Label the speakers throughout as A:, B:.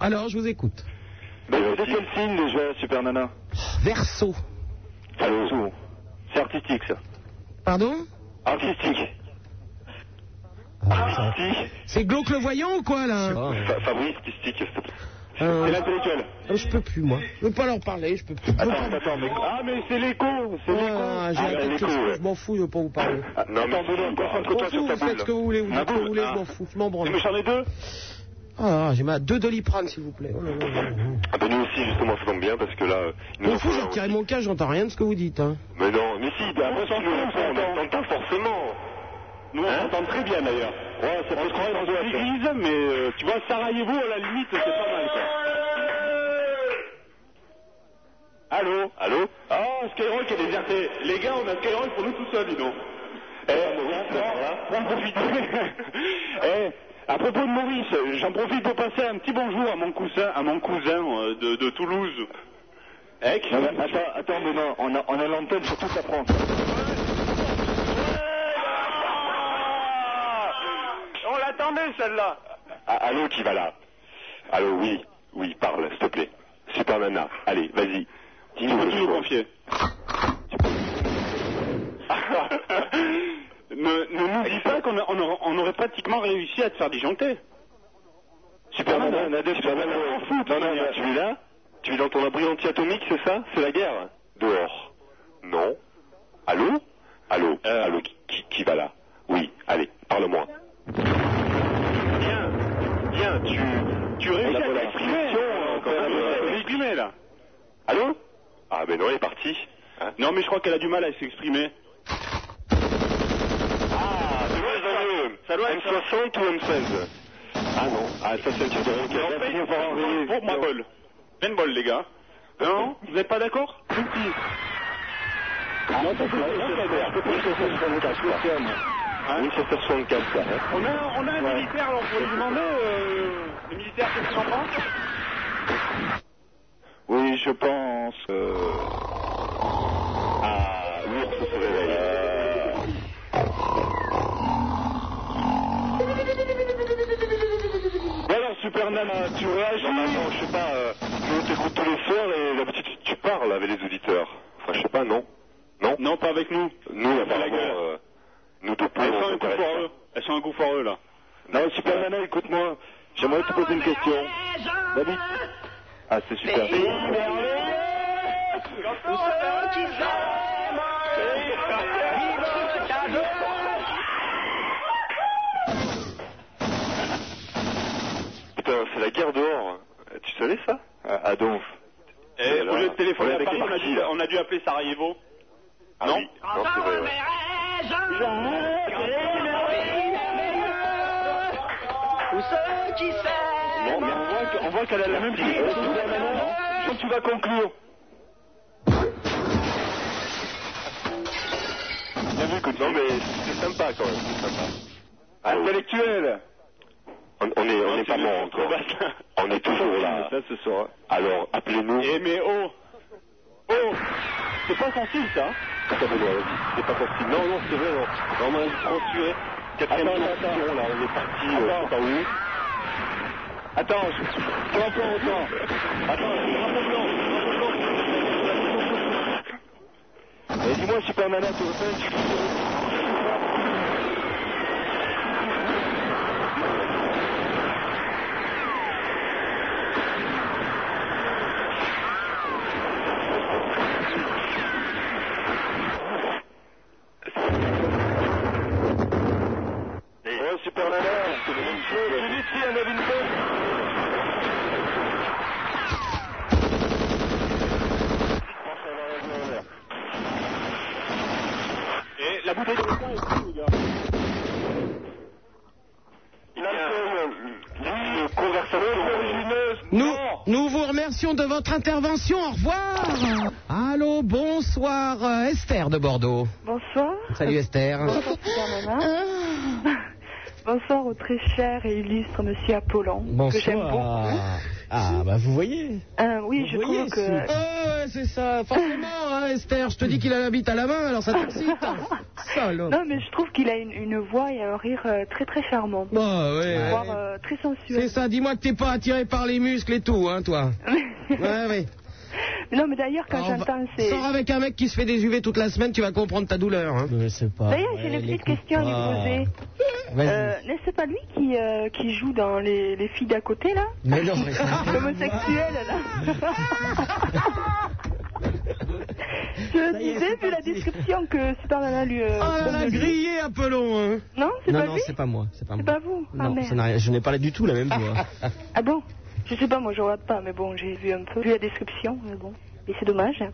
A: Alors, je vous écoute.
B: Mais c'est quel signe déjà, Super Nana
A: Verso. Oh.
B: Allô C'est artistique ça.
A: Pardon
B: Artistique. Ah, Artistique.
A: C'est glauque le voyant ou quoi, là
B: Fa- Fabrice, artistique. s'il te plaît.
A: Euh,
B: C'est l'intellectuel.
A: euh, Je peux plus, moi. Je peux pas leur parler, je peux plus. Je peux
B: Attends,
A: pas-
B: attends, mais. Ah, mais c'est l'écho C'est l'écho
A: Ah, j'ai
B: Ah,
A: un
B: bah,
A: tas de
B: l'écho,
A: questions,
B: ouais.
A: je m'en fous, je veux pas vous parler.
B: Ah, Non, mais Boulon, concentre-toi
A: vous,
B: sur ta
A: vous
B: boule.
A: faites ce que vous voulez, vous
B: Ma
A: dites ce que vous
B: boule,
A: voulez,
B: ah.
A: je m'en fous, je m'en branle.
B: Mais j'en ai deux
A: Ah, j'ai ma deux doliprane, s'il vous plaît. Oh là là là là.
B: Ah, bah nous aussi, justement, ça tombe bien parce que là. euh, il nous
A: Je
B: en
A: m'en fous,
B: faut
A: j'ai
B: un
A: retiré
B: aussi.
A: mon cas, j'entends rien de ce que vous dites. Hein.
B: Mais non, mais si, bah, après, si tu veux répondre, on n'entend pas forcément. Nous, on s'entend très bien d'ailleurs. Ouais, ça peut se croire dans une église, mais euh, tu vois, Sarajevo, à la limite, c'est pas mal. Quoi. Allô Allô Ah, Skyrock est déserté. Les gars, on a Skyrock pour nous tout seuls, dis donc. Eh, on profite. Eh, à propos de Maurice, j'en profite pour passer un petit bonjour à mon cousin, à mon cousin euh, de, de Toulouse. Eh, qui-
C: attends, attends, mais non, on a, on a l'antenne sur toute la France.
B: On l'attendait celle-là. Ah, allô, qui va là Allô, oui, oui, parle, s'il te plaît. Super Nana, allez, vas-y. Dis-nous le choix.
D: ne, ne nous dis pas qu'on a- on aura- on aurait pratiquement réussi à te faire disjoncter.
B: Super Nana, on a deux, Super Nana.
D: on s'en fout, de
B: Non,
D: toute
B: non,
D: manière.
B: tu es là Tu es dans ton abri anti-atomique, c'est ça C'est la guerre Dehors. Non. Allô Allô Allô, qui, qui- qui va là Oui, allez, parle-moi.
D: Bien, bien, tu, tu réussis
B: la
D: à
B: bonne
D: t'exprimer.
B: expression, euh, quand même,
D: réussi à
B: euh,
D: t'exprimer, là.
B: Allô Ah, ben non, il est parti. Hein
D: Non, mais je crois qu'elle a du mal à s'exprimer.
B: Ah, c'est quoi
D: Ça doit être ça.
B: M60 ou M16 Ah non, ah, ça c'est un type de
D: Et en fait, pour ma bol. Pleine bol, les gars. Non Vous n'êtes pas d'accord Si, si.
B: Ah, Une 764, ça. hein.
D: Hein On a, on a un militaire, alors vous lui demander, euh, le militaire, qu'est-ce qu'il en pense
C: Oui, je pense. euh,
B: Ah, l'ours se réveille. Euh,
C: Bon alors, Super
B: euh,
C: Nana, tu réagis
B: Normalement, je sais pas, euh, tu t'écoutes tous les soirs et d'habitude tu- tu parles avec les auditeurs. Enfin, je sais pas, non Non
D: Non, pas avec nous.
B: Nous,
D: la
B: apparemment,
D: gueule. Ah,
B: euh, nous deux
D: Elles
B: on
D: sont un coup
B: s'intéresse
D: foireux. Elles sont un coup foireux, là. euh.
C: Non, Super Nana, écoute-moi. J'aimerais te poser une question. David Ah, c'est super.
B: pas. Putain, c'est la guerre dehors. Euh, Tu savais ça
C: Ah, donc.
D: Et
B: alors,
D: au lieu de Eh,
B: on
D: téléphoner
B: est
D: à
B: avec
D: Paris,
B: les
D: on a,
B: partis,
D: dû,
B: là.
D: on a dû appeler Sarajevo.
B: Ah
D: Non.
B: oui. Non, c'est vrai, ouais.
C: Bon, mais on voit que- on voit qu'elle a la même idée. Super Nana, non Je pense que tu vas conclure.
B: Bien vu, écoute, Non, mais c'est sympa quand même, c'est sympa. Allô
C: Intellectuel
B: on, on est, on
D: Non,
B: est
D: tu
B: pas
D: veux
B: mort
D: qu'on
B: encore.
D: te batte.
B: On est
D: Oh
B: toujours là.
C: Ça, ce
D: hein.
C: sera.
B: Alors, appelez-nous.
D: Eh, mais oh Oh C'est pas sensible, ça. hein.
B: Attends, Benoît, vas-y, c'est pas possible. Non, non, c'est vrai, non. Vraiment, il est censuré. Quatrième
C: Attends,
B: émission,
C: attends.
B: là, on est parti, euh, je sais pas où.
C: Attends, je je t'en prends autant. Attends, drapeau blanc, drapeau blanc. Et dis-moi, Super Nana, tu refais
B: Eh,
C: Ouais, Super Nana,
B: c'est le même
C: tu
B: chose.
C: es ici, un avis de paix
D: Et la bouteille de vin est où, les gars
B: Il a
D: euh,
B: une une conversation.
A: Nous, nous vous remercions de votre intervention, au revoir Allô, bonsoir, euh, Esther de Bordeaux.
E: Bonsoir.
A: Salut Esther.
E: Bonsoir au très cher et illustre monsieur Apollon, que j'aime beaucoup.
A: Bonsoir. Ah, bah vous voyez.
E: Euh, oui,
A: Vous
E: je
A: voyez,
E: trouve que...
A: c'est- Ah ouais, c'est ça, forcément, hein, Esther. Je te dis qu'il a la bite à la main, alors ça t'excite. pas, là.
E: Non, mais je trouve qu'il a une, une voix et un rire euh, très très charmant.
A: Bah, ouais.
E: Voire euh, très
A: C'est
E: sensuel.
A: ça, dis-moi que t'es pas attiré par les muscles et tout, hein, toi. Ouais, ouais.
E: non, mais d'ailleurs, quand
A: Alors,
E: j'entends
A: Ah, va-
E: ces.
A: Sors avec un mec qui se fait des UV toute la semaine, tu vas comprendre ta douleur. Hein.
F: Je sais pas.
E: D'ailleurs, j'ai une petite question à lui poser.
F: Vas-y.
E: Euh, N'est-ce pas lui qui, euh, qui joue dans les, les filles d'à côté, là
F: Mais non, mais ça-
E: L'homosexuel, là Je me disais, vu la description que Superman lui. euh,
A: Ah,
E: donne
A: la
E: de lui.
A: grillée, Apollon. Hein.
E: Non, c'est
F: Non,
E: pas
F: non,
E: lui
F: c'est pas moi. C'est pas, moi.
E: pas vous. Ah,
F: Non,
E: merde.
F: ça n'a rien- je n'ai pas du tout la même voix.
E: Ah bon Je sais pas, moi je regarde pas, mais bon, j'ai vu un peu, vu la description, mais bon. Et c'est dommage.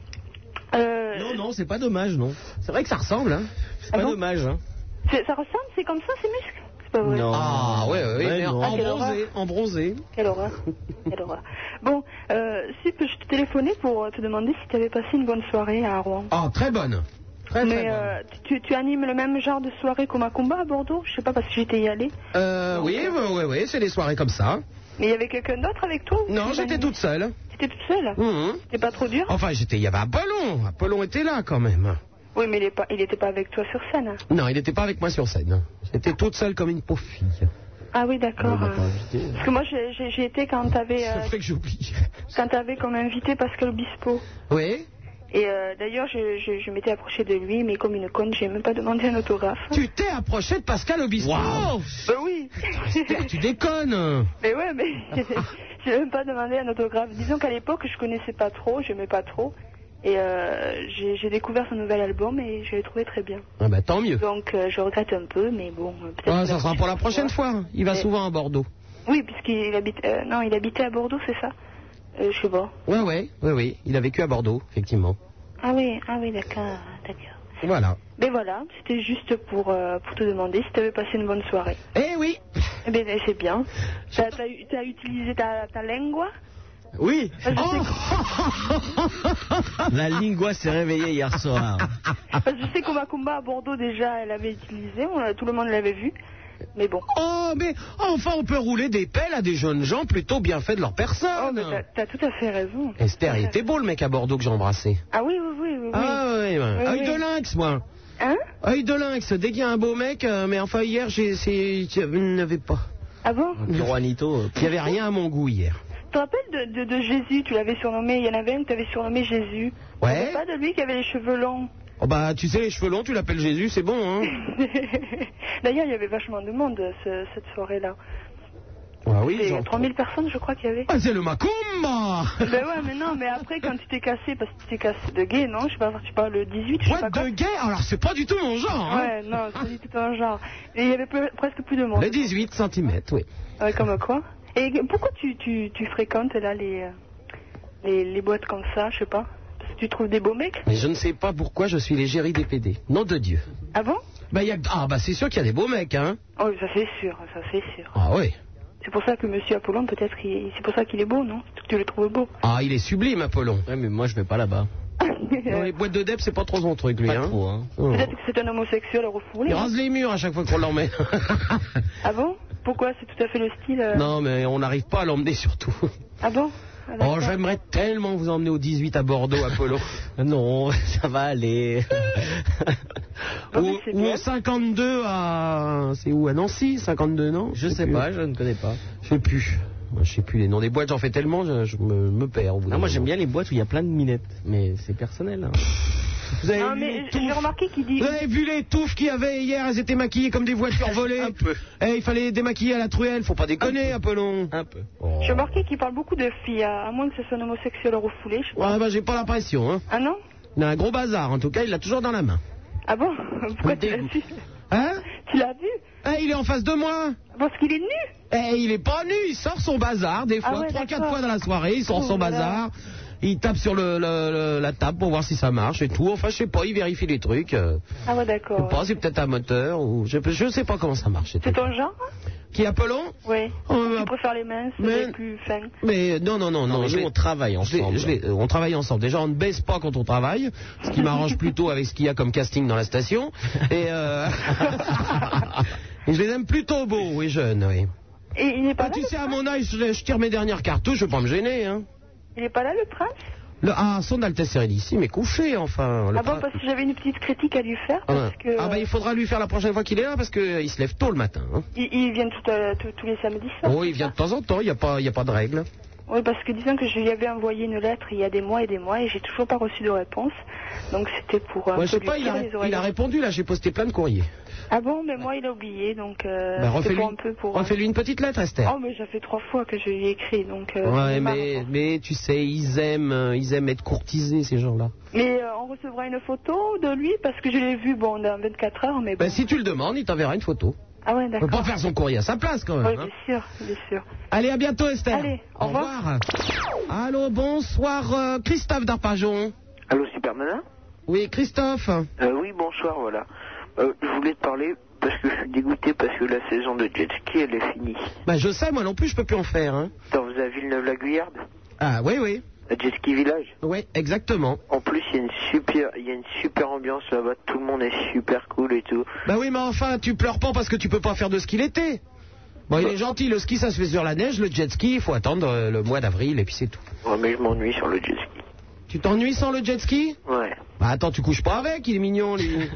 E: Euh,
F: non, non, c'est pas dommage, non.
A: C'est vrai que ça ressemble. Hein.
F: C'est
E: Ah
F: pas
E: bon
F: dommage, hein.
E: c'est- Ça ressemble C'est comme ça, ces muscles C'est pas vrai
F: Non.
A: Ah, ouais, ouais,
F: Ouais,
A: mais
F: non.
A: en
E: quelle
A: bronzé,
E: horreur.
A: en bronzé.
E: Quelle horreur. Quelle horreur. Bon, euh, Sup, je te téléphonais pour euh, te demander si tu avais passé une bonne soirée à Rouen.
A: Ah, très bonne. Très, très
E: Mais
A: bonne.
E: euh, tu, tu animes le même genre de soirée comme à combat à Bordeaux Je sais pas parce que j'étais y allée.
A: Euh, oui, oui, oui, oui, c'est des soirées comme ça.
E: Mais il y avait quelqu'un d'autre avec toi ou
A: Non,
E: tu
A: j'étais
E: animais
A: toute seule.
E: T'étais toute seule
A: Mhm.
E: C'était pas trop dur
A: Enfin, j'étais, il y avait Apollon. Apollon était là quand même.
E: Oui, mais il, est pas, il était pas avec toi sur scène. hein.
A: Non, il n'était pas avec moi sur scène. J'étais toute seule comme une pauvre fille.
E: Ah oui, d'accord.
F: Bah, t'as
A: hein.
F: invité.
E: Parce que moi, j'ai- j'ai j'ai été quand t'avais
A: Ça
E: euh,
A: fait que j'oublie.
E: quand t'avais comme invité Pascal Obispo.
A: Oui.
E: Et euh, d'ailleurs, je, je, je m'étais approchée de lui, mais comme une conne, j'ai même pas demandé un autographe.
A: Tu t'es approché de Pascal Obispo.
E: Bah oui.
A: Tu déconnes.
E: mais ouais, mais j'ai même pas demandé un autographe. Disons qu'à l'époque, je connaissais pas trop, j'aimais pas trop. Et euh, j'ai j'ai découvert son nouvel album et je l'ai trouvé très bien.
A: Ah bah tant mieux.
E: Donc euh, je regrette un peu, mais bon, euh, peut-être.
A: Ah,
E: que
A: ça sera pour la prochaine fois. Il va
E: Mais-
A: souvent à Bordeaux.
E: Oui, puisqu'il habite. euh, non, il habitait à Bordeaux, c'est ça euh, Je sais pas.
A: Ouais, ouais, oui, oui. Il a vécu à Bordeaux, effectivement.
E: Ah oui, ah oui, d'accord, d'accord.
A: Voilà.
E: Ben voilà, c'était juste pour, euh, pour te demander si tu avais passé une bonne soirée.
A: Eh oui.
E: Eh ben eh, c'est bien. T'as as, utilisé ta, ta lingua
A: Oui.
E: Parce que je, sais,
F: La lingua s'est réveillée hier soir.
E: parce que je sais qu'au Macumba à Bordeaux déjà, elle avait utilisé, on l'a- tout le monde l'avait vu. Mais bon.
A: Oh, mais enfin, on peut rouler des pelles à des jeunes gens plutôt bien faits de leur
E: Oh,
A: personne.
E: mais t'as- t'as tout à fait raison.
A: Esther, il était beau le mec à Bordeaux que j'ai embrassé.
E: Ah oui, oui, oui, oui. oui.
A: Ah oui, ouais.
E: Oui,
A: Œil
E: oui.
A: de lynx, moi.
E: Hein
A: Œil de lynx, dès qu'il y a un beau mec, euh, mais enfin hier, j'ai, c'est, je n'avais pas.
E: Ah bon
F: Juanito. euh,
A: Il n'y avait rien à mon goût hier.
E: Tu te rappelles de, de, de Jésus Tu l'avais surnommé, il y en avait un que tu avais surnommé Jésus.
A: Ouais.
E: C'est pas de lui qui avait les cheveux longs.
A: Oh bah, tu sais, les cheveux longs, tu l'appelles Jésus, c'est bon, hein
E: D'ailleurs, il y avait vachement de monde ce- cette soirée-là.
A: Ah oui,
E: C'est
A: j'en-
E: 3000 personnes, je crois qu'il y avait.
A: Ah, c'est le Macumba
E: Ben ouais, mais non, mais après, quand tu t'es cassé, parce que tu t'es cassé de gay, non Je sais pas, tu parles le 18, je sais
A: What
E: pas
A: de
E: quoi.
A: gay Alors, c'est pas du tout mon genre, hein
E: Ouais, non, c'est tout un genre. Et il y avait peu- presque plus de monde.
A: Le 18 cm, oui.
E: Ouais, comme quoi Et pourquoi tu, tu, tu fréquentes, là, les, euh, les, les boîtes comme ça, je sais pas Parce que tu trouves des beaux mecs
A: Mais je ne sais pas pourquoi je suis l'égérie des PD. Nom de Dieu.
E: Ah bon
A: Bah, il y a... Ah, bah, c'est sûr qu'il y a des beaux mecs, hein
E: Oh, ça c'est sûr, ça c'est sûr.
A: Ah oui.
E: C'est pour ça que Monsieur Apollon, peut-être, il- c'est pour ça qu'il est beau, non Tu le trouves beau.
A: Ah, il est sublime, Apollon.
F: Ouais, mais moi je vais pas là-bas.
A: Dans les boîtes de dep, c'est pas trop son truc, lui,
F: Pas
A: hein
F: trop, hein.
A: Oh.
E: Peut-être que c'est un homosexuel refoulé.
A: Il
E: hein.
A: rase les murs à chaque fois qu'on l'emmène.
E: Ah bon Pourquoi C'est tout à fait le style. euh,
A: non, mais on n'arrive pas à l'emmener surtout.
E: Ah bon
A: Oh,
E: Ah, d'accord.
A: j'aimerais tellement vous emmener au 18 à Bordeaux, Apollo.
F: Non, ça va aller.
E: Non, mais
A: ou,
E: c'est
A: ou
E: bien.
A: au 52 à. C'est où À Nancy 52, non
F: je sais
A: plus.
F: pas, je ne connais pas.
A: Je sais plus. Moi, Je sais plus les noms des boîtes, j'en fais tellement, je, je me, me perds. au bout
F: Ah,
A: d'un
F: moi j'aime
A: moment.
F: bien les boîtes où il y a plein de minettes, mais c'est personnel. hein.
A: Vous avez,
E: Non,
A: vu
E: mais
A: les touffes
E: j'ai remarqué qu'il dit.
A: Vous avez vu les touffes qu'il y avait hier Elles étaient maquillées comme des voitures volées.
F: Un peu.
A: Eh, il fallait les démaquiller à la truelle, faut pas déconner, Apollon.
F: Un peu.
E: J'ai remarqué qu'il parle beaucoup de filles, à à moins que ce soit un homosexuel refoulé. je-
A: Ouais, bah j'ai pas l'impression, hein.
E: Ah non
A: Il a un gros bazar, en tout cas, il l'a toujours dans la main.
E: Ah bon Pourquoi
A: Me
E: tu l'as
A: dégoûte.
E: vu
A: Hein
E: Tu l'as vu
A: Eh, il est en face de moi
E: Parce qu'il est nu
A: Eh, il est pas nu, il sort son bazar des
E: Ah
A: fois,
E: ouais,
A: trois quatre
E: d'accord.
A: fois dans la soirée, il sort
E: Oh
A: son
E: là là.
A: bazar, il tape sur le, le- le- la table pour voir si ça marche et tout. Enfin, je sais pas, il vérifie les trucs. euh,
E: Ah ouais,
A: je
E: d'accord.
A: sais pas, c'est peut-être un moteur ou je, je sais pas comment ça marche. et tout.
E: C'est ton genre hein
A: Qui appelons
E: Oui.
A: Oh, bah,
E: Tu préfères les minces,
A: mais-
E: les plus fins.
A: Mais euh, non, non, non, non.
F: mais
A: je
F: nous,
A: l'ai-
F: on travaille
A: je l'ai-
F: ensemble.
A: je l'ai- euh, on travaille ensemble. Déjà, on ne baisse pas quand on travaille, ce qui m'arrange plutôt avec ce qu'il y a comme casting dans la station. Et, euh, et je les aime plutôt beaux et jeunes, oui.
E: Et il n'est pas,
A: Ah, tu
E: là,
A: sais, à mon âge, je, je tire mes dernières cartouches, je vais pas me gêner, hein.
E: le... il est pas là le prince
A: Le, ah, son Altesse Sérénissime est couché, enfin. Le
E: Ah bon,
A: prin-
E: parce que j'avais une petite critique à lui faire,
A: Ah,
E: parce que
A: ah, bah, il faudra lui faire la prochaine fois qu'il est là, parce qu'il se lève tôt le matin. hein.
E: ils, ils viennent tout à- tout- tous les samedis. ça.
A: Oh, il vient de temps en temps, il n'y a, pas- il y a pas de règle.
E: Oui, parce que disons que je lui avais envoyé une lettre il y a des mois et des mois et j'ai toujours pas reçu de réponse. Donc c'était pour. un
A: Ouais, je
E: peu
A: sais
E: Ah, lui
A: pas, il a,
E: tirer les
A: il a
E: oreilles.
A: répondu, là, j'ai posté plein de courriers.
E: Ah bon, mais moi il a oublié, donc euh,
A: Bah,
E: c'était
A: refais-lui
E: pour un peu pour.
A: refais-lui une petite lettre, Esther.
E: Oh, mais ça fait trois fois que je lui ai écrit, donc. euh, j'en ai
A: Ouais,
E: marre.
A: mais, mais tu sais, ils aiment, euh, ils aiment être courtisés, ces gens-là.
E: Mais euh, on recevra une photo de lui parce que je l'ai vu, bon, dans 24 heures, mais bon.
A: Ben, si tu le demandes, il t'enverra une photo.
E: Ah ouais,
A: On peut
E: d'accord.
A: pas faire son courrier à sa place, quand
E: Oui,
A: même. hein.
E: bien sûr, bien sûr.
A: Allez, à bientôt, Esther.
E: Allez, au revoir.
A: Allô, bonsoir, euh, Christophe d'Arpajon.
G: Allô, Superman
A: Oui, Christophe.
G: euh, Oui, bonsoir, voilà. Euh, je voulais te parler parce que je suis dégoûté parce que la saison de jet ski, elle est finie.
A: Ben, je sais, moi non plus, je peux plus en faire. hein.
G: Dans la Villeneuve-la-Guyarde,
A: Ah, oui, oui.
G: à Jet Ski Village.
A: Oui, exactement.
G: En plus, il y a une super, il y a une super ambiance là-bas. Tout le monde est super cool et tout.
A: Ben oui, mais enfin, tu pleures pas parce que tu peux pas faire de ski l'été. Bon, il est gentil, le ski, ça se fait sur la neige. Le jet ski, il faut attendre euh, le mois d'avril, et puis c'est tout.
G: Ouais, mais je m'ennuie sur le jet ski.
A: Tu t'ennuies sans le jet ski
G: Ouais.
A: Bah attends, tu couches pas avec, il est mignon, lui.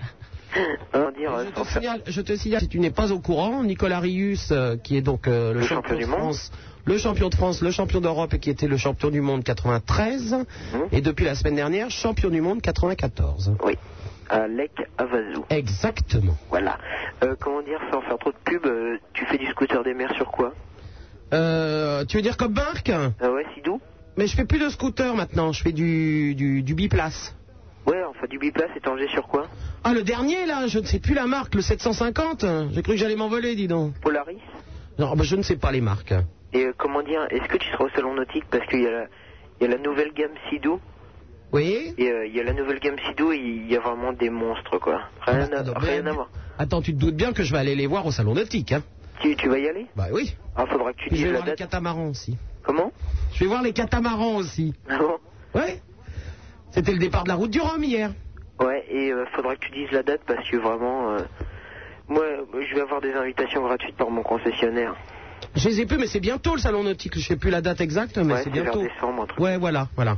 G: Comment dire euh,
A: Je te
G: sans faire-
A: signale, je te signale, si tu n'es pas au courant, Nicolas Rius, euh, qui est donc euh, le,
G: Le
A: champion,
G: champion
A: de
G: du monde.
A: France, le champion de France, le champion d'Europe et qui était le champion du monde 93,
G: Mhm.
A: et depuis la semaine dernière, champion du monde 94.
G: Oui. À Lec Avazou.
A: Exactement.
G: Voilà. Euh, comment dire sans faire trop de pub euh, Tu fais du scooter des mers sur quoi
A: Euh, tu veux dire comme Bark
G: Ah ouais, Sidou
A: Mais je fais plus de scooter maintenant, je fais du, du, du biplace.
G: Ouais, enfin du biplace et t'en jets sur quoi
A: Ah, le dernier là, je ne sais plus la marque, le 750 J'ai cru que j'allais m'envoler, dis donc.
G: Polaris
A: Non, bah, je ne sais pas les marques.
G: Et euh, comment dire, est-ce que tu seras au salon nautique parce qu'il y, a la- il y a la nouvelle gamme Sidou
A: Oui
G: et euh, il y a la nouvelle gamme Sidou et il y a vraiment des monstres quoi. Rien,
A: Ah, bah,
G: à,
A: donc,
G: rien
A: bien.
G: à voir.
A: Attends, tu te doutes bien que je vais aller les voir au salon nautique, hein
G: Tu, tu vas y aller
A: Bah oui.
G: Ah, faudra que tu
A: Puis je
G: dises
A: vais
G: la
A: voir les
G: date.
A: catamarans aussi.
G: Comment
A: Je vais voir les catamarans aussi.
G: Ah bon
A: Ouais. C'était le départ de la route du Rhum hier.
G: Ouais, et euh, faudra que tu dises la date parce que vraiment, euh, moi je vais avoir des invitations gratuites par mon concessionnaire.
A: Je les ai plus, mais c'est bientôt le salon nautique. Je sais plus la date exacte, mais
G: ouais,
A: c'est
G: c'est vers
A: bientôt.
G: décembre, un truc.
A: Ouais, voilà, voilà.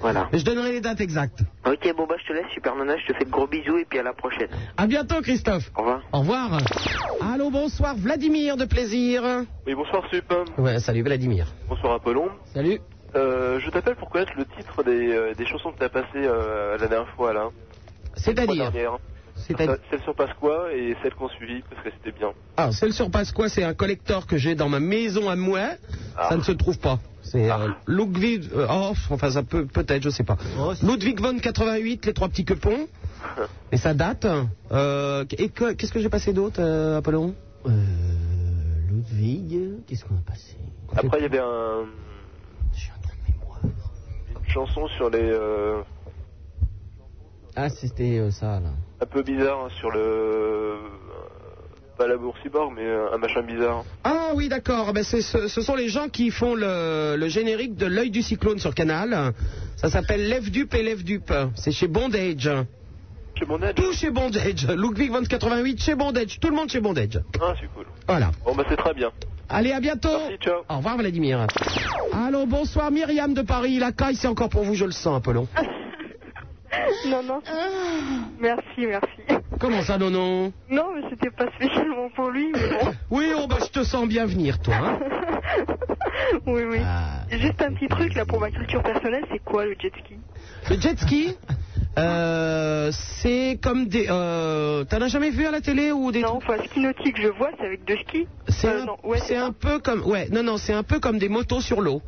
G: Voilà.
A: Mais je donnerai les dates exactes.
G: Ok, bon bah je te laisse, Super Nana, je te fais de gros bisous et puis à la prochaine.
A: À bientôt, Christophe.
G: Au revoir.
A: Au revoir. Allô, bonsoir, Vladimir de plaisir.
D: Oui, bonsoir Sup.
A: Ouais, salut Vladimir.
D: Bonsoir Apollon.
A: Salut.
D: Euh, je t'appelle pour connaître le titre des, euh, des chansons que t'as passées euh, la dernière fois là. La
A: C'est-à-dire,
D: dernière.
A: c'est-à-dire.
D: Celle sur Pasqua et celle qu'on suivit parce que c'était bien.
A: Ah, celle sur Pasqua, c'est un collector que j'ai dans ma maison à moi. Ça
D: Ah.
A: ne se trouve pas. C'est euh, Ludwig. euh, oh, enfin, ça peut peut-être, je sais pas.
D: Oh,
A: Ludwig von 88, les trois petits quepons. Et ça date. Euh, et que- qu'est-ce que j'ai passé d'autre, euh, Apollon
F: Euh, Ludwig, qu'est-ce qu'on a passé
D: Après, il y avait un,
F: J'ai un trou de mémoire.
D: une chanson sur les. euh,
F: Ah, c'était euh, ça, là.
D: un peu bizarre hein, sur le. euh, pas la bourse cyborg, mais euh, un machin bizarre.
A: Ah oui, d'accord. Ben, c'est ce, ce sont les gens qui font le, le générique de L'œil du cyclone sur Canal. Ça s'appelle Lève Dupe et Lève Dupe. C'est chez Bondage.
D: Chez mon âge
A: Tout chez Bondage. Ludwig von 88 chez Bondage. Tout le monde chez Bondage.
D: Ah, c'est cool.
A: Voilà.
D: Bon, bah, c'est très bien.
A: Allez, à bientôt.
D: Merci, ciao.
A: Au revoir, Vladimir. Allô, bonsoir, Myriam de Paris. La caille, c'est encore pour vous, je le sens un peu long.
E: Non, non. Ah. Merci, merci.
A: Comment ça, Nonon
E: Non, mais c'était pas spécialement pour lui, mais bon.
A: Oui, oh, bah, je te sens bien venir, toi. hein.
E: oui, oui.
F: Ah.
E: Juste un petit truc là pour ma culture personnelle, c'est quoi le jet ski
A: Le jet ski, euh, c'est comme des. Euh, T'en as jamais vu à la télé ou des
E: Non,
A: trucs
E: enfin, ski nautique, je vois, c'est avec deux skis.
A: C'est
E: Euh,
A: un,
E: non, ouais,
A: c'est
E: c'est
A: un
E: ça.
A: peu comme. Ouais, non, non, c'est un peu comme des motos sur l'eau.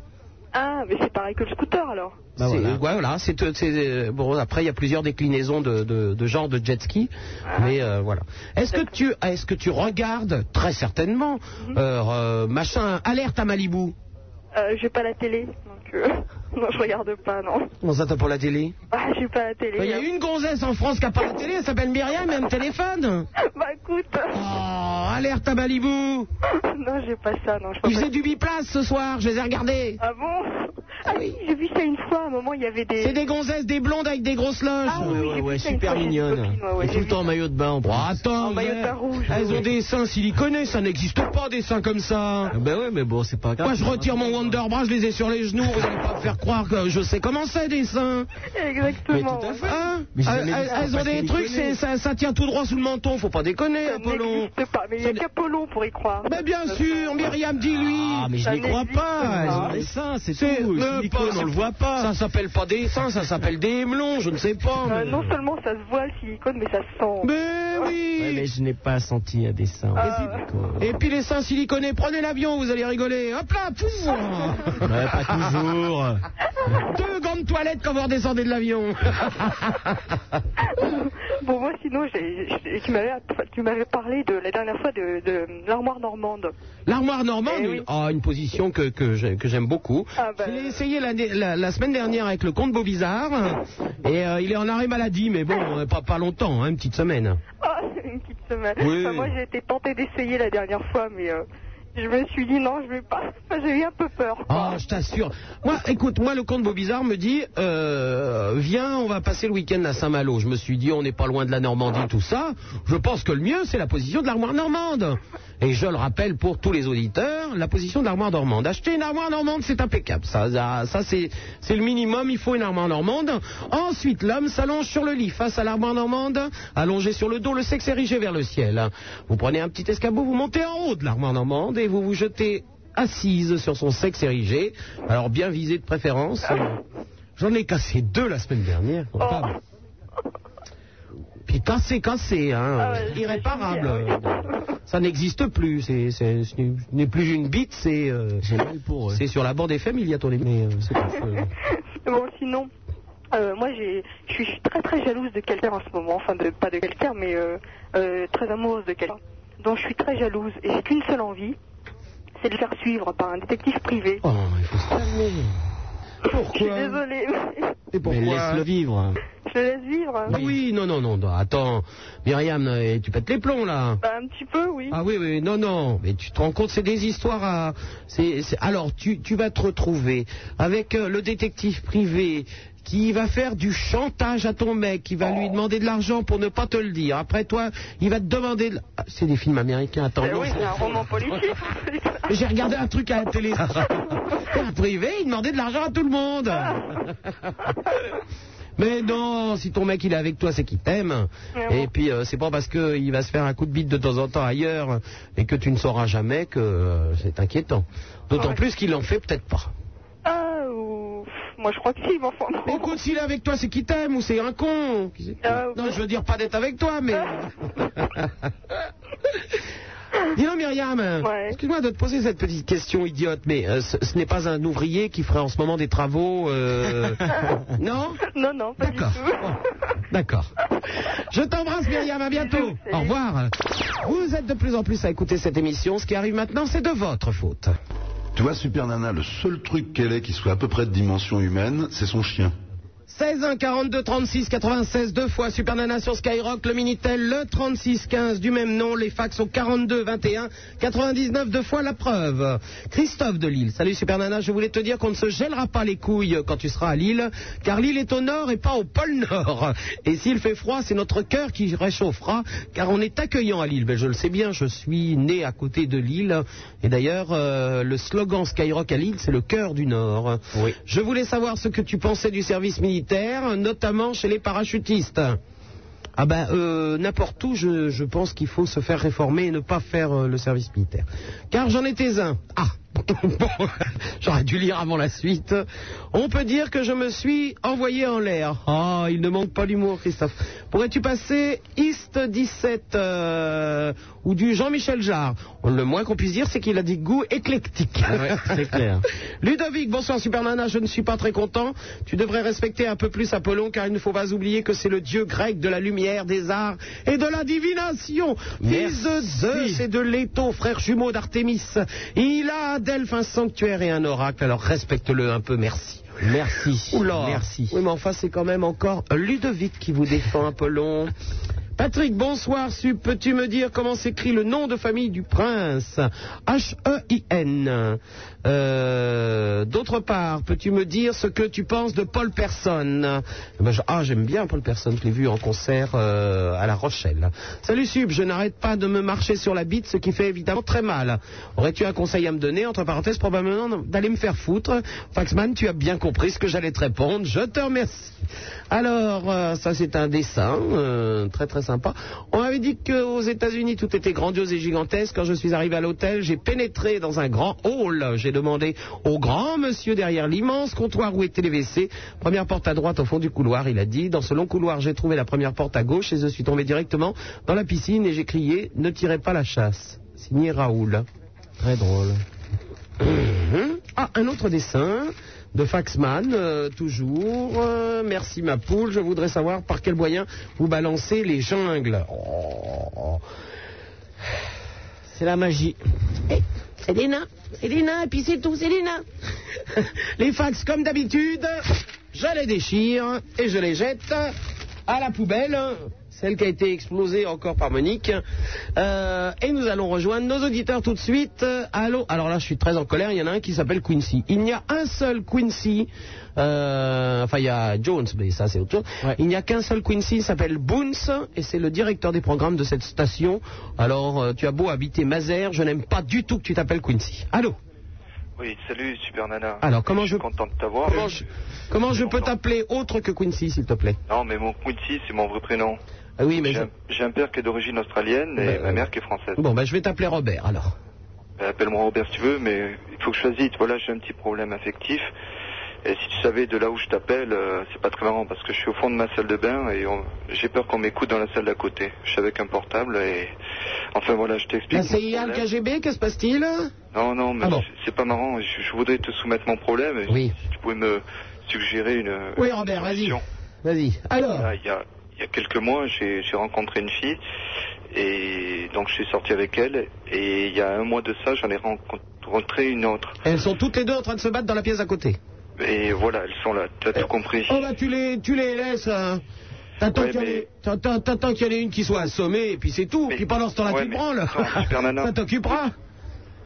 E: Ah, mais c'est pareil que le scooter alors.
F: Bah,
A: C'est-
F: voilà.
A: ouais, voilà, c'est, euh, c'est, euh, bon, après, il y a plusieurs déclinaisons de, de, de genre de jet ski,
E: Ah.
A: mais euh, voilà. Est-ce que, tu, est-ce que tu regardes, très certainement,
E: Mhm.
A: euh, euh, machin, alerte à Malibu
E: Euh, j'ai pas la télé, donc euh, non, je regarde pas, non.
A: Comment ça, t'as pas la télé
E: Ah, j'ai pas la télé.
A: Bah, Il y a
E: hein.
A: une gonzesse en France qui a pas la télé, elle s'appelle Myriam, elle a un téléphone
E: Bah écoute,
A: Oh, alerte à Malibu
E: non, j'ai pas ça, non, je vois
A: Ils
E: pas.
A: faisaient du biplace ce soir, je les ai regardés
E: Ah bon Ah oui, j'ai vu ça une fois. À un moment, il y avait des.
A: C'est des gonzesses, des blondes avec des grosses loges.
E: Ah oui,
F: Ouais, ouais,
E: oui, j'ai
F: ouais,
E: vu ça
F: super
E: une fois, j'ai une
F: mignonne.
E: copine, ouais, ouais,
F: Et
E: j'ai
F: tout le
E: vu
F: temps en
E: ça.
F: maillot de bain en
A: Bon,
F: plus.
A: attends,
E: En maillot
A: mais
E: de bain rouge, hein.
A: elles
E: oui.
A: ont des seins siliconés, ça n'existe pas des seins comme ça.
F: Ben ouais, mais bon, c'est pas grave.
A: Moi, je retire mon Wonder Bra, je les ai sur les genoux. Vous n'allez pas me faire croire que je sais comment c'est des seins.
E: Exactement.
F: Mais tout à
E: ouais.
F: fait.
A: Hein
F: Mais j'ai
A: elles
F: jamais dit ça,
A: elles ont
F: parce
A: des
F: qu'elles
A: trucs,
F: les
A: c'est-
F: connaissent.
A: ça, ça tient tout droit sous le menton. Faut pas déconner,
E: Ça
A: Apollo.
E: n'existe pas, mais il n'y a qu'Apollon pour y croire.
F: Bah,
A: Mais bien sûr, Myriam, dis-lui.
F: Ah, mais je
E: Ça
F: n'y crois
E: n'existe
F: pas. Elles
E: pas.
F: ont des seins, c'est
A: C'est
F: tout.
A: euh,
F: Silicone,
A: pas-
F: on le voit pas.
A: Ça s'appelle pas des seins, ça s'appelle des melons, je ne sais pas.
E: Euh,
A: mais-
E: non seulement ça se voit le silicone, mais ça se sent.
A: Mais
F: Ouais, mais
A: oui.
F: je n'ai pas senti à des seins.
E: Ah,
A: Et puis les seins siliconés, prenez l'avion, vous allez rigoler. Hop là, pouf
F: Ouais, pas toujours.
A: Deux gants de toilette quand vous redescendez de l'avion.
E: Bon, moi, sinon, j'ai- j'ai- tu m'avais tu m'avais parlé de la dernière fois de, de l'armoire normande.
A: L'armoire normande,
E: Eh oui.
A: ah, une position que, que j'ai- que j'aime beaucoup.
E: Ah ben.
A: Je l'ai essayé l'année- la, la semaine dernière avec le comte Beaubizarre. Et euh, il est en arrêt maladie, mais bon, euh, pas, pas longtemps, hein, une petite semaine.
E: Ah, une petite semaine.
A: Oui.
E: Enfin, moi, j'ai été tentée d'essayer la dernière fois, mais euh, je me suis dit non, je vais pas. Enfin, j'ai eu un peu peur.
A: Ah, je t'assure. Moi, écoute, moi, le comte Beaubizarre me dit, euh, viens, on va passer le week-end à Saint-Malo. Je me suis dit, on n'est pas loin de la Normandie, tout ça. Je pense que le mieux, c'est la position de l'armoire normande. Et je le rappelle pour tous les auditeurs, la position de l'armoire normande. Acheter une armoire normande, c'est impeccable. Ça, ça, ça, c'est, c'est le minimum. Il faut une armoire normande. Ensuite, l'homme s'allonge sur le lit face à l'armoire normande, allongé sur le dos, le sexe érigé vers le ciel. Vous prenez un petit escabeau, vous montez en haut de l'armoire normande et vous vous jetez assise sur son sexe érigé, alors bien visé de préférence. J'en ai cassé deux la semaine dernière. quoi. Puis cassé, cassé, hein.
E: Oh. Ah ouais, ah
A: irréparable. Ça n'existe plus. C'est, c'est- ce n'est- ce n'est plus une bite, c'est. euh,
F: J'ai mal pour eux.
A: c'est sur la bande FM, il y a ton mais euh, c'est pas faux.
E: Bon, sinon, euh, moi, j'ai- je suis je suis très très jalouse de quelqu'un en ce moment. Enfin, de, pas de quelqu'un, mais euh, euh, très amoureuse de quelqu'un. Donc, je suis très jalouse et j'ai qu'une seule envie, c'est de le faire suivre par un détective privé.
A: Oh, il faut se calmer.
E: je suis
A: Pourquoi
E: désolée, mais
A: Et
F: Mais
A: pourquoi
F: laisse-le vivre.
E: je le laisse vivre.
A: Ah oui, non, non, non, non, attends. Myriam, euh, tu pètes les plombs, là.
E: Bah, un petit peu, oui.
A: Ah oui, oui, non, non, mais tu te rends compte, c'est des histoires à... c'est- c'est- Alors, tu, tu vas te retrouver avec euh, le détective privé qui va faire du chantage à ton mec, qui va
E: Oh.
A: lui demander de l'argent pour ne pas te le dire. Après toi, il va te demander... de- Ah, c'est des films américains, attends.
E: Eh
A: non,
E: oui,
A: c'est-
E: c'est un roman politique.
A: J'ai regardé un truc à la télé. Le privé, il demandait de l'argent à tout le monde. Mais non, si ton mec il est avec toi, c'est qu'il t'aime.
E: Mais
A: Et
E: bon.
A: puis euh, c'est pas parce que il va se faire un coup de bite de temps en temps ailleurs et que tu ne sauras jamais que euh, c'est inquiétant. D'autant
E: Ouais.
A: plus qu'il en fait peut-être pas.
E: ah, ou... Moi, je crois que si, mais enfin... bon.
A: Écoute, s'il est avec toi, c'est qu'il t'aime ou c'est un con. Qui c'est
E: Ah,
A: non,
E: ouais.
A: je veux dire pas d'être avec toi, mais. Dis donc, Myriam,
E: Ouais.
A: excuse-moi de te poser cette petite question idiote, mais euh, ce, ce n'est pas un ouvrier qui ferait en ce moment des travaux. euh, non
E: Non, non, pas du
A: D'accord.
E: tout.
A: D'accord. Je t'embrasse, Myriam, à bientôt.
E: Bisous, salut.
A: Au revoir. Vous êtes de plus en plus à écouter cette émission. Ce qui arrive maintenant, c'est de votre faute.
H: Tu vois, Super Nana, le seul truc qu'elle ait qui soit à peu près de dimension humaine, c'est son chien.
A: 16 1 42 36 96 deux fois Super Nana sur Skyrock, le Minitel, le 36 15 du même nom, les fax au 42 21 99 deux fois la preuve. Christophe de Lille, salut Super Nana, je voulais te dire qu'on ne se gèlera pas les couilles quand tu seras à Lille, car Lille est au nord et pas au pôle nord. Et s'il fait froid, c'est notre cœur qui réchauffera, car on est accueillant à Lille. Ben, je le sais bien, je suis né à côté de Lille, et d'ailleurs euh, le slogan Skyrock à Lille, c'est le cœur du nord.
F: Oui.
A: Je voulais savoir ce que tu pensais du service militaire, notamment chez les parachutistes. Ah ben, euh, n'importe où, je, je pense qu'il faut se faire réformer et ne pas faire euh, le service militaire. Car j'en étais un. Ah Bon, j'aurais dû lire avant la suite. On peut dire que je me suis envoyé en l'air. Ah, il ne manque pas l'humour, Christophe. Pourrais-tu passer East 17 euh, ou du Jean-Michel Jarre Le moins qu'on puisse dire, c'est qu'il a des goûts éclectiques.
F: Ah c'est clair.
A: Ludovic, bonsoir Supernana, je ne suis pas très content. Tu devrais respecter un peu plus Apollon car il ne faut pas oublier que c'est le dieu grec de la lumière, des arts et de la divination. Fils de Zeus et de Leto, frère jumeau d'Artémis. Il a à Delphes un sanctuaire et un oracle, alors respecte-le un peu, merci.
F: Merci.
A: Oula
F: Merci.
A: Oui mais enfin c'est quand même encore Ludovic qui vous défend Apollon. Patrick, bonsoir, Sup. Peux-tu me dire comment s'écrit le nom de famille du prince H-E-I-N. Euh, D'autre part, peux-tu me dire ce que tu penses de Paul Person Eh ben, je- Ah, j'aime bien Paul Person, je l'ai vu en concert euh, à La Rochelle. Salut Sub, je n'arrête pas de me marcher sur la bite, ce qui fait évidemment très mal. Aurais-tu un conseil à me donner Entre parenthèses, probablement d'aller me faire foutre. Faxman, tu as bien compris ce que j'allais te répondre. Je te remercie. Alors, euh, ça c'est un dessin euh, très très sympa. On m'avait dit qu'aux États-Unis tout était grandiose et gigantesque. Quand je suis arrivé à l'hôtel, j'ai pénétré dans un grand hall. J'ai demandé au grand monsieur derrière l'immense comptoir où étaient les WC. Première porte à droite au fond du couloir, il a dit. Dans ce long couloir, j'ai trouvé la première porte à gauche et je suis tombé directement dans la piscine et j'ai crié Ne tirez pas la chasse. Signé Raoul. Très drôle. Mhm. Ah, un autre dessin de Faxman, euh, toujours. Euh, merci ma poule, je voudrais savoir par quel moyen vous balancez les jungles. Oh. C'est la magie. Eh, C'est des nains, c'est des nains, et puis c'est tout, c'est des nains. les fax, comme d'habitude, je les déchire et je les jette à la poubelle, celle qui a été explosée encore par Monique. Euh, et nous allons rejoindre nos auditeurs tout de suite. Euh, Allô Alors là, je suis très en colère, il y en a un qui s'appelle Quincy. Il n'y a un seul Quincy, euh, enfin il y a Jones, mais ça c'est autre chose. Il n'y a qu'un seul Quincy, il s'appelle Boons, et c'est le directeur des programmes de cette station. Alors, euh, tu as beau habiter Mazères, je n'aime pas du tout que tu t'appelles Quincy. Allô
I: Oui, salut Super Nana.
A: Alors, comment
I: je suis content de t'avoir.
A: Comment je, Euh, comment je peux t'appeler autre que Quincy, s'il te plaît
I: Non, mais mon Quincy, c'est mon vrai prénom.
A: Ah oui, mais
I: j'ai
A: je-
I: un- j'ai un père qui est d'origine australienne et
A: Bah,
I: ma mère qui est française.
A: Bon, ben je vais t'appeler Robert, alors.
I: Bah, Appelle-moi Robert si tu veux, mais il faut que je choisisse. Voilà, j'ai un petit problème affectif. Et si tu savais de là où je t'appelle, euh, c'est pas très marrant parce que je suis au fond de ma salle de bain et on- j'ai peur qu'on m'écoute dans la salle d'à côté. Je suis avec un portable et enfin voilà, je t'explique.
A: La
I: mon
A: CIA, le
I: problème.
A: KGB, que se passe-t-il
I: Non, non, mais
A: Ah bon.
I: c'est- c'est pas marrant. Je, je voudrais te soumettre mon problème. et Si tu pouvais me suggérer une.
A: Oui, Robert, vas-y. Vas-y. Alors
I: Voilà, il, y a, il y a quelques mois, j'ai j'ai rencontré une fille et donc je suis sorti avec elle. Et il y a un mois de ça, j'en ai rencontré une autre.
A: Elles sont toutes les deux en train de se battre dans la pièce à côté.
I: Et voilà, elles sont là. Tu as tout compris.
A: Oh bah tu les, tu les laisses. hein. T'attends
I: Ouais,
A: qu'il y en
I: mais-
A: ait- t'attends- t'attends qu'il y en ait une qui soit assommée, et puis c'est tout. puis pendant ce temps-là,
I: ouais,
A: tu te
I: mais-
A: branles.
I: Attends, Super Nana.
A: Ça t'occupera.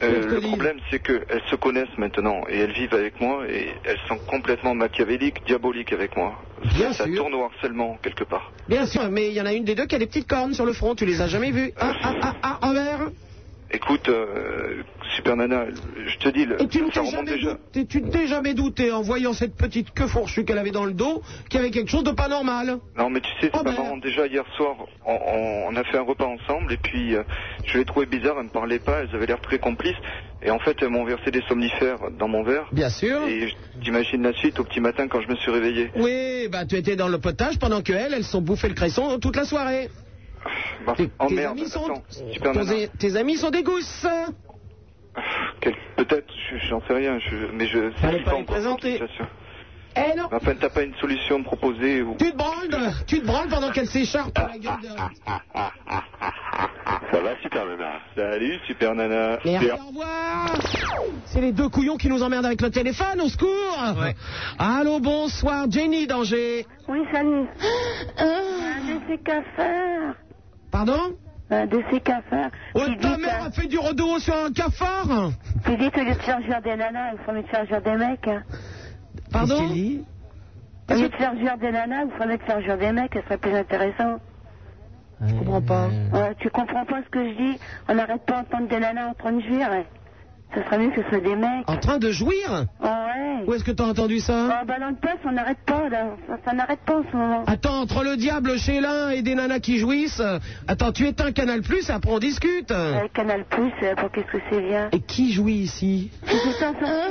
I: Euh,
A: je te
I: le
A: dis.
I: problème, c'est qu'elles se connaissent maintenant et elles vivent avec moi et elles sont complètement machiavéliques, diaboliques avec moi.
A: Bien
I: ça
A: sûr.
I: tourne au harcèlement quelque part.
A: Bien sûr, mais il y en a une des deux qui a des petites cornes sur le front. Tu les as jamais vues Ah, ah, ah, ah, Robert
I: Écoute, euh, Super Nana, je te dis, le,
A: Et tu ne
I: ça
A: t'es
I: remonte
A: jamais,
I: déjà.
A: douté- tu ne t'es jamais douté en voyant cette petite queue fourchue qu'elle avait dans le dos qu'il y avait quelque chose de pas normal. Oh, ben,
I: Non, mais tu sais, c'est pas marrant. Déjà, hier soir, on, on- on a fait un repas ensemble et puis euh, je l'ai trouvé bizarre. Elle me parlait pas, elles avaient l'air très complices. Et en fait, elles m'ont versé des somnifères dans mon verre.
A: Bien sûr.
I: Et je- t'imagines la suite au petit matin quand je me suis réveillé.
A: Oui, bah tu étais dans le potage pendant que elles, elles se sont bouffées le cresson toute la soirée.
I: Bah, oh merde, attends, super
A: Ton-
I: nana.
A: tes amis sont des gousses.
I: Quel- Peut-être, je- j'en sais rien, je- mais je. Fallait pas les présenter.
A: Eh non.
I: Enfin, t'as pas une solution proposée ou.
A: Tu te branles, tu te branles pendant qu'elles s'écharpent. la gueule de-
I: Ça va, super nana. Salut, super
C: Euh,
I: nana.
A: Merci, au revoir. C'est les deux couillons qui nous emmerdent avec le téléphone, au secours. Allô, bonsoir, Jenny d'Angers.
J: Oui, salut. Un de ces cafards.
A: Pardon
J: Un Euh, de ces cafards.
A: Oh, ta mère a fait du rodéo sur un cafard
J: Tu dis que les chargeurs des nanas, ils font les chargeurs des mecs. hein.
A: Pardon
J: Au lieu de faire jouer des nanas, vous faites faire jouer des mecs, ça serait plus intéressant.
A: Je comprends pas.
J: Ouais, tu comprends pas ce que je dis On n'arrête pas d'entendre des nanas en train de jouir. ouais. Ça serait mieux que ce soit des mecs.
A: En train de jouir
J: Ouais.
A: Où est-ce que t'as entendu ça
J: Ah, bah dans le poste, on n'arrête pas, là. Ça, ça n'arrête pas en ce moment.
A: Attends, entre le diable chez l'un et des nanas qui jouissent, euh, attends, tu éteins Canal Plus, après on discute.
J: Avec Canal Plus, euh, pour qu'est-ce que c'est bien
A: Et qui jouit ici
J: C'est ça, ça.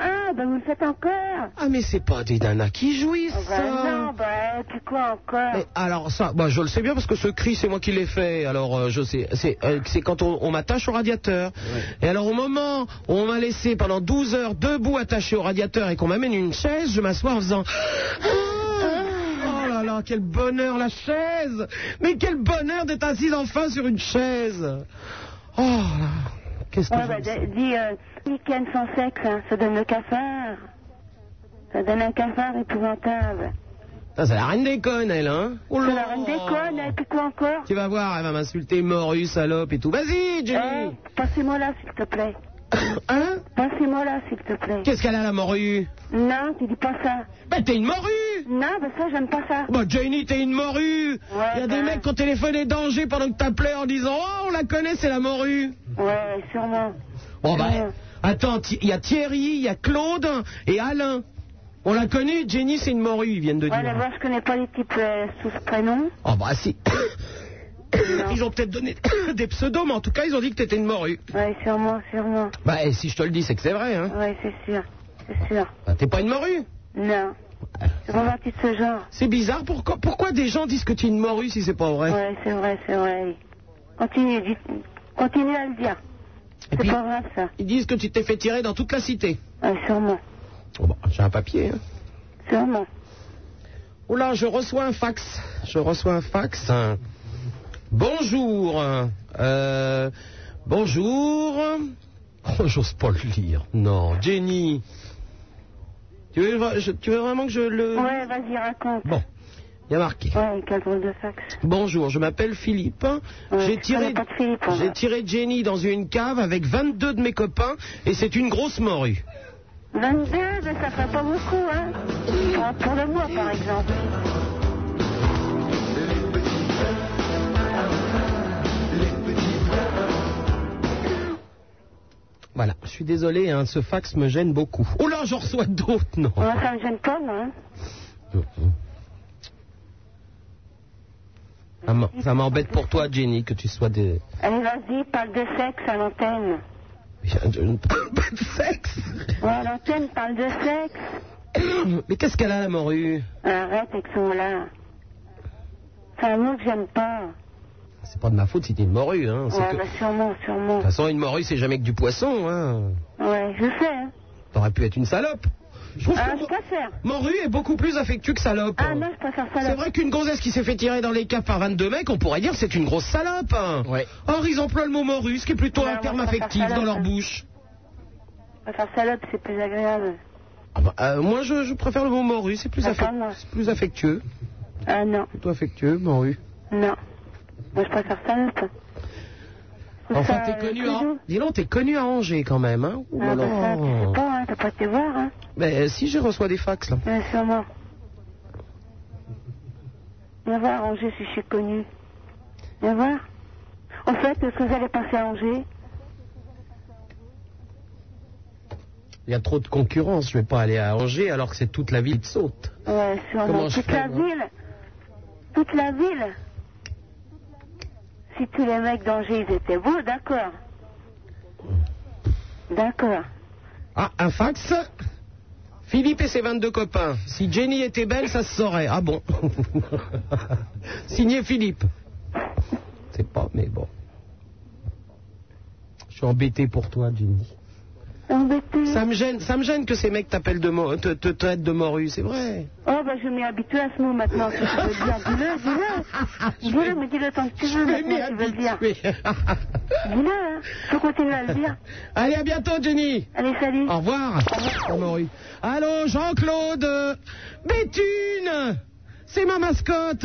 J: Ah, bah vous le faites encore
A: Ah, mais c'est pas des nanas qui jouissent.
J: Ah, Bah
A: ça.
J: non, bah tu quoi encore
A: Mais alors ça, bah, je le sais bien parce que ce cri, c'est moi qui l'ai fait. Alors euh, je sais, c'est euh, c'est quand on, on m'attache au radiateur. Et alors au moment où on m'a laissé pendant 12 heures debout attaché au radiateur et qu'on m'amène une chaise, je m'assois en faisant. Ah Oh là là, quel bonheur la chaise Mais quel bonheur d'être assise enfin sur une chaise Oh là, qu'est-ce que
J: Ouais,
A: j'aime
J: bah, d- dis, euh, week-end sans sexe, hein, ça donne le cafard. Ça donne un cafard épouvantable.
A: Ça, c'est la reine des connes, elle, hein Oh là
J: C'est la reine des connes, et puis quoi encore
A: Tu vas voir, elle va m'insulter, morue, salope et tout. Vas-y, Jenny
J: Hein Passez-moi là, s'il te plaît.
A: Hein
J: Passez-moi là, s'il te plaît.
A: Qu'est-ce qu'elle a, la morue
J: Non, tu dis pas ça.
A: Bah, t'es une morue
J: Non, ben ça, j'aime pas ça. ben.
A: Bah, Jenny, t'es une morue Il y a des mecs qui ont téléphoné danger pendant que t'appelais en disant Oh, on la connaît, c'est la morue
J: Ouais, sûrement.
A: Bon, bah, attends, Thi- il y a Thierry, il y a Claude et Alain. On l'a connue, Jenny, c'est une morue, ils viennent de
J: Ouais,
A: dire.
J: d'abord, je connais pas les types euh, sous ce prénom.
A: Oh, bah, si Ils ont peut-être donné des pseudos, mais en tout cas, ils ont dit que t'étais une morue.
J: Ouais, sûrement, sûrement.
A: Bah, et si je te le dis, c'est que c'est vrai, hein.
J: Ouais, c'est sûr. C'est sûr.
A: Bah, t'es pas une morue.
J: Non. Je fais partie de ce genre.
A: C'est bizarre, pourquoi, pourquoi des gens disent que tu es une morue si c'est pas vrai
J: Ouais, c'est vrai, c'est vrai. Continue, dis, continue à le dire. C'est pas grave, ça.
A: Ils disent que tu t'es fait tirer dans toute la cité.
J: Ouais, sûrement.
A: Oh, bah, j'ai un papier. Hein.
J: Sûrement.
A: Oh là, je reçois un fax. Je reçois un fax. Bonjour. Euh, bonjour. Oh, j'ose pas le lire. Non, Jenny. Tu veux, vra- je- tu veux vraiment que je le...
J: Ouais, vas-y, raconte.
A: Bon, il y a marqué.
J: Ouais, quel drôle de fax.
A: Bonjour, je m'appelle Philippe. J'ai tiré,
J: pas de Philippe, hein.
A: j'ai tiré Jenny dans une cave avec 22 de mes copains et c'est une grosse morue.
J: 22, ben ça fait pas beaucoup, hein. Pour- Pour le mois, par exemple.
A: Voilà, je suis désolé, hein, ce fax me gêne beaucoup. Oh là, j'en reçois d'autres, non
J: Ouais, ça me gêne pas, moi. hein.
A: Ça m'en- Ça m'embête pour toi, Jenny, que tu sois des...
J: Allez, vas-y, parle de sexe à l'antenne.
A: sexe
J: Ouais, à l'antenne, parle de sexe.
A: Mais qu'est-ce qu'elle a, la morue
J: Arrête avec son là. C'est un mot que j'aime pas.
A: C'est pas de ma faute si t'es une morue, hein. c'est
J: Ouais,
A: que-
J: bah
A: De
J: sûrement, sûrement.
A: toute façon, une morue, c'est jamais que du poisson, hein.
J: Ouais, je sais, hein.
A: T'aurais pu être une salope. Je trouve
J: Ah,
A: que
J: je préfère.
A: morue est beaucoup plus affectueux que salope.
J: Ah non, je préfère ça.
A: C'est vrai qu'une gonzesse qui s'est fait tirer dans les caves par 22 mecs, on pourrait dire que c'est une grosse salope. hein. Or, ils emploient le mot morue, ce qui est plutôt
J: Ouais,
A: un
J: ouais,
A: terme
J: ça fait
A: affectif
J: salope,
A: dans leur
J: hein.
A: bouche.
J: Je préfère salope, c'est plus agréable.
A: Ah bah, euh, moi, je, je préfère le mot morue, c'est plus,
J: Ah,
A: affect-
J: pas moi.
A: c'est plus affectueux.
J: Ah non,
A: Plutôt affectueux, morue.
J: non. Moi, je préfère salope.
A: Enfin,
J: Ça,
A: t'es
J: euh,
A: connu
J: toujours.
A: à... Dis donc, t'es connu à Angers, quand même, hein Ouh là
J: Ah bah ça, tu sais
A: là.
J: pas, hein, t'as pas été voir, hein.
A: Mais euh, si, je reçois des fax, là.
J: Ouais, sûrement. Viens voir, Angers, si je suis connue. Viens voir. En fait, est-ce que vous allez passer à Angers
A: Il y a trop de concurrence, je vais pas aller à Angers alors que c'est toute la ville qui saute.
J: Ouais,
A: Comment
J: sûrement.
A: je
J: Toute
A: fais,
J: la
A: moi
J: ville. Toute la ville. Si tous les mecs d'Angers, ils étaient beaux, d'accord. D'accord.
A: Ah, un fax Philippe et ses 22 copains. Si Jenny était belle, ça se saurait. Ah bon Signé Philippe. C'est pas, mais bon. Je suis embêté pour toi, Jenny.
J: Embêté.
A: Ça me gêne, ça me gêne que ces mecs t'appellent de mo- te, te traitent de morue, c'est vrai.
J: Oh, bah, je m'y habitue à ce mot maintenant. Si tu veux dire, dis-le, dis-le. Dis-le, mais dis-le tant que tu veux
A: vais m'y
J: maintenant, tu veux le dire.
A: habituer.
J: Dis-le, hein. Faut continuer à le dire.
A: Allez, à bientôt, Jenny.
J: Allez, salut.
A: Au revoir. Oh, Maurice. Allô, Jean-Claude. Béthune. C'est ma mascotte.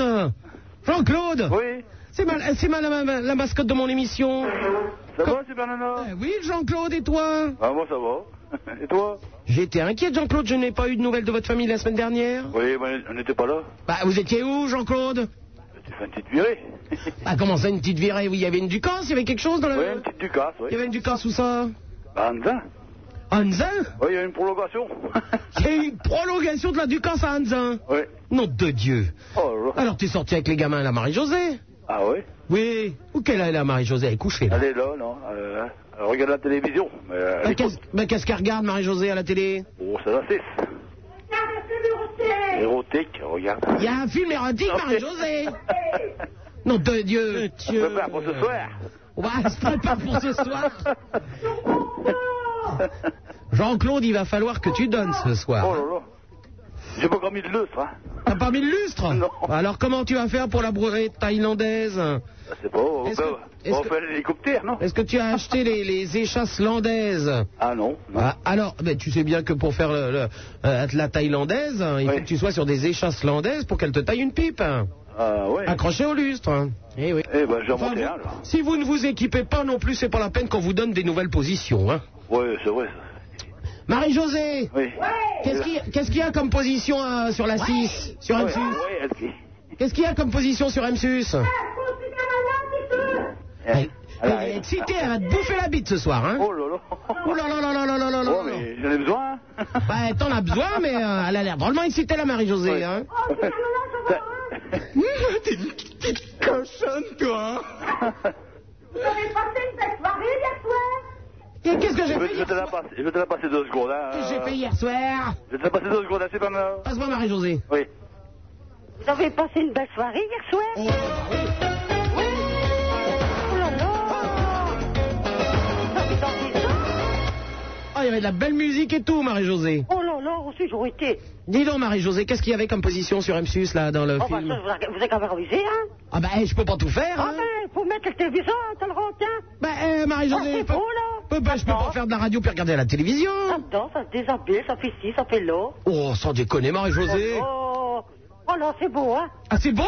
A: Jean-Claude.
C: Oui.
A: C'est ma, c'est ma- la, la- la mascotte de mon émission.
C: Ça va, Super Nana
A: Eh Oui, Jean-Claude, et toi
C: Ah, moi, ça va. Et toi
A: J'étais inquiète, Jean-Claude. Je n'ai pas eu de nouvelles de votre famille la semaine dernière.
C: Oui, ben, on n'était pas là.
A: Bah, vous étiez où, Jean-Claude
C: Tu fais une petite virée.
A: Ah, comment ça, une petite virée Oui, il y avait une Ducasse, il y avait quelque chose dans la...
C: Oui, une petite ducasse, oui.
A: Il y
G: Euh.
A: avait une Ducasse, où ça
C: Ah, Anzin
A: À Anzin
C: Oui, il y a une prolongation.
A: Il y a eu une prolongation de la Ducasse à Anzin.
C: oui.
A: Nom de Dieu.
C: Oh, là.
A: Alors, t'es sorti avec les gamins à la Marie-Josée
C: Ah, oui
A: Oui. Où qu'elle est, la Marie-Josée Elle est couchée, là.
C: Elle est là, non euh, Elle regarde la télévision. Mais euh, elle
A: Bah,
C: écoute.
A: qu'est-ce bah, qu'est-ce qu'elle regarde, Marie-Josée, à la télé
C: Oh, ça la cesse. Érotique, regarde.
A: Il y a un film érotique, Marie-Josée Nom de Dieu
C: On se prépare pour ce soir.
A: On va se préparer pour ce soir. Jean-Claude, il va falloir que tu donnes ce
C: Oh
A: soir. Ah.
C: là là. J'ai pas encore mis de lustre, hein.
A: T'as pas mis le lustre Non. Alors comment tu vas faire pour la brouette thaïlandaise
C: Ah, C'est bon, on
A: Est-ce
C: peut-
A: que- est-ce
C: on
A: que-
C: fait l'hélicoptère, non
A: Est-ce que tu as acheté les, les échasses landaises
C: Ah non.
A: Ah, alors, ben, tu sais bien que pour faire le- le- euh, la thaïlandaise, hein, il faut que tu sois sur des échasses landaises pour qu'elle te taille une pipe. hein.
C: Ah ouais.
A: Accroché au lustre. hein. Eh oui.
C: Eh ben, j'ai
A: Enfin,
C: remonté
A: vous-
C: un, alors.
A: si vous ne vous équipez pas non plus, c'est pas la peine qu'on vous donne des nouvelles positions. hein.
C: Ouais, c'est vrai.
A: Marie-Josée,
C: Oui.
A: qu'est-ce qu'il y a- qu'est-ce qu'il y a comme position euh, sur la 6 Sur M6
C: Ouais, elle crie.
A: Qu'est-ce qu'il y a comme position sur M6
C: Eh,
A: Elle Eh, elle est excitée, elle va te bouffer la bite ce soir. Hein
C: Oh là là.
A: Oh là là là là là là là là
C: Oh,
A: là.
C: mais j'en ai besoin, hein.
A: Bah, t'en as besoin, mais euh, elle a l'air drôlement excitée, la Marie-Josée. Hein T'es une petite cochonne, toi. Et qu'est-ce que
C: je,
A: j'ai
C: vais-
A: fait
C: je te la passe, je vais te la passer deux secondes. hein.
A: Qu'est-ce que j'ai fait hier soir
C: Je vais te la passer deux secondes, hein, c'est pas mal.
A: Passe-moi Marie-Josée.
C: Oui.
J: Vous avez passé une belle soirée hier soir
B: Oh
A: Oh, il y avait de la belle musique et tout, Marie-Josée.
J: Oh là là, aussi j'aurais été.
A: Dis donc, Marie-Josée, qu'est-ce qu'il y avait comme position sur M6, là, dans le
J: Oh bah
A: film
J: ça, vous avez- vous êtes quand même amusé, hein
A: Ah bah, eh, je peux pas tout faire,
J: Ah
A: hein
J: ben, faut mettre le téléviseur, t'as le rentre, hein
A: Bah, eh,
J: Ah,
A: Marie-Josée,
J: c'est
A: je peux-
J: beau, là. Ah.
A: peux pas- je peux pas faire de la radio puis regarder la télévision
J: Ça danse, ça se déshabille, ça fait ci, ça fait là.
A: Oh, sans déconner, Marie-Josée
J: Oh, oh là, c'est beau, hein
A: Ah, c'est beau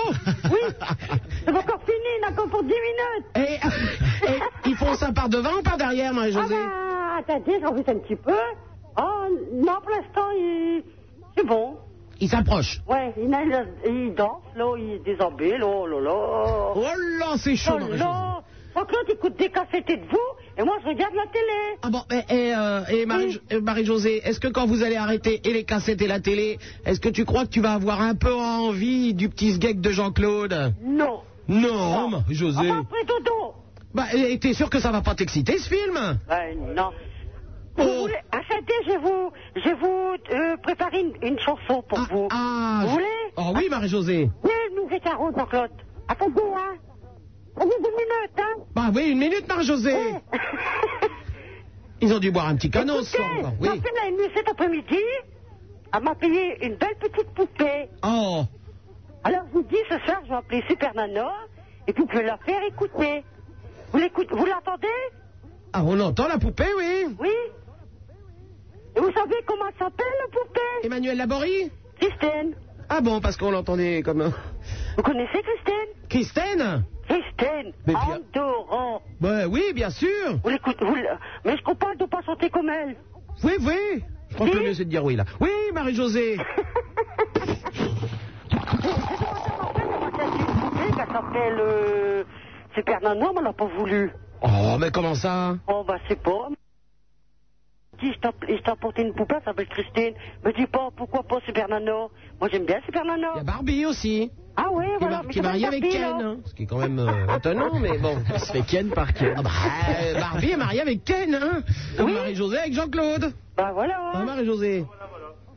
J: Oui C'est pas encore fini, il y en a encore pour 10 minutes
A: Et, et ils font ça par devant ou par derrière,
J: Ah
A: Marie-Josée
J: ben, attendez, j'en fais un petit peu. Oh, non, pour l'instant, il... c'est bon.
A: Ils s'approchent.
J: Ouais, il, a- il a- il danse, là, il déshabille, là, oh là là.
A: Oh là, c'est chaud,
J: Oh
A: Marie-Josée
J: là Jean-Claude écoute des cassettes et de vous, et moi, je regarde la télé.
A: Ah bon, et, et, euh, et Marie- euh, Marie-Josée, est-ce que quand vous allez arrêter et les cassettes et la télé, est-ce que tu crois que tu vas avoir un peu envie du petit sgeg de Jean-Claude
J: Non. Ah
A: Non, Marie-Josée.
J: Enfin, après, dodo.
A: Bah, et et t'es sûr que ça va pas t'exciter, ce film
J: Ben, non.
A: Oh.
J: Vous voulez... Attendez, je vais vous, je vais vous euh, préparer une, une chanson pour Oh, vous.
A: Ah,
J: Vous
A: je-
J: voulez
A: Oh oui, Marie-Josée.
J: Oui, nous écarons, Jean-Claude. Attendez, hein. Attendez deux minutes, hein.
A: Bah oui, une minute, Marie-Josée.
J: Oh.
A: Ils ont dû boire un petit canot, ce
J: Écoutez,
A: soir, encore.
J: Ma
A: Oui.
J: fille m'a aimé cet après-midi. Elle m'a payé une belle petite poupée.
A: Oh,
J: Alors, je vous dis, ce soir, je vais appeler Super Nana et puis je vais la faire écouter. Vous l'écoutez, vous l'entendez
A: ah, on entend la poupée, oui.
J: Oui Et vous savez comment elle s'appelle, la poupée
A: Emmanuel Laborie
J: Christine.
A: Ah bon, parce qu'on l'entendait comme... euh,
J: Vous connaissez Christine
A: Christine
J: Christine,
A: Mais bien-
J: Andorran.
A: Bah oui, bien sûr.
J: Vous l'écoutez, vous le- Mais je comprends de ne pas chanter comme elle.
A: Oui, oui. Je crois que le mieux c'est de dire oui là. Oui, Marie-Josée.
J: euh, Elle s'appelle euh, Super Nana, mais on l'a pas voulu.
A: Oh, mais comment ça
J: Oh, bah, c'est pas. Si je t'app- je t'ai apporté une poupée, elle s'appelle Christine. Me dis pas, pourquoi pas Super Nano Moi, j'aime bien Super Nano.
A: Il y a Barbie aussi,
J: Ah oui,
A: qui,
J: voilà.
A: mar-
J: mais
A: qui est
J: c'est pas
A: mariée avec
J: Barbie,
A: Ken,
J: là.
A: hein. ce qui est quand même euh, étonnant, mais bon. Elle se fait Ken par Ken. Barbie est mariée avec Ken, hein Comme Marie-Josée avec Jean-Claude.
J: Bah, voilà.
A: Hein, Marie-Josée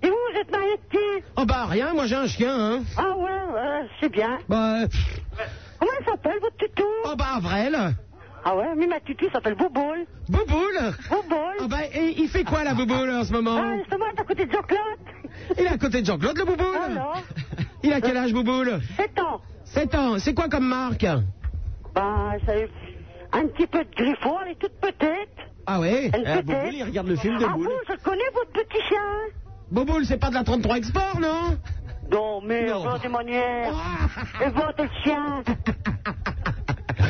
J: Et vous, vous êtes mariés de qui
A: Oh bah rien, moi j'ai un chien, hein
J: Ah ouais, ouais, c'est bien.
A: Bah, pff,
J: Comment elle s'appelle, votre tutou
A: oh bah Avrel,
J: Ah ouais, mais ma tutu s'appelle Bouboule.
A: Bouboule
J: Bouboule.
A: Oh bah, oh. et il fait quoi la Bouboule en ce
J: Ah,
A: moment
J: justement, elle est à côté de Jean-Claude.
A: Il est à côté de Jean-Claude, le Bouboule
J: Alors
A: Il a quel âge, Bouboule
J: 7 ans.
A: 7 ans, c'est quoi comme marque
J: Bah, ça un petit peu de griffon, elle est toute petite.
A: Ah ouais
J: Elle
F: Ah,
J: est
F: Bouboule, il
J: petite.
F: regarde le film de
J: Ah
F: Boule.
J: bon, je le connais, votre petit chien.
A: Bouboule, c'est pas de la 33 Export, non
J: Non, mais
A: Non. Ah.
J: alors, des manières. Et votre chien.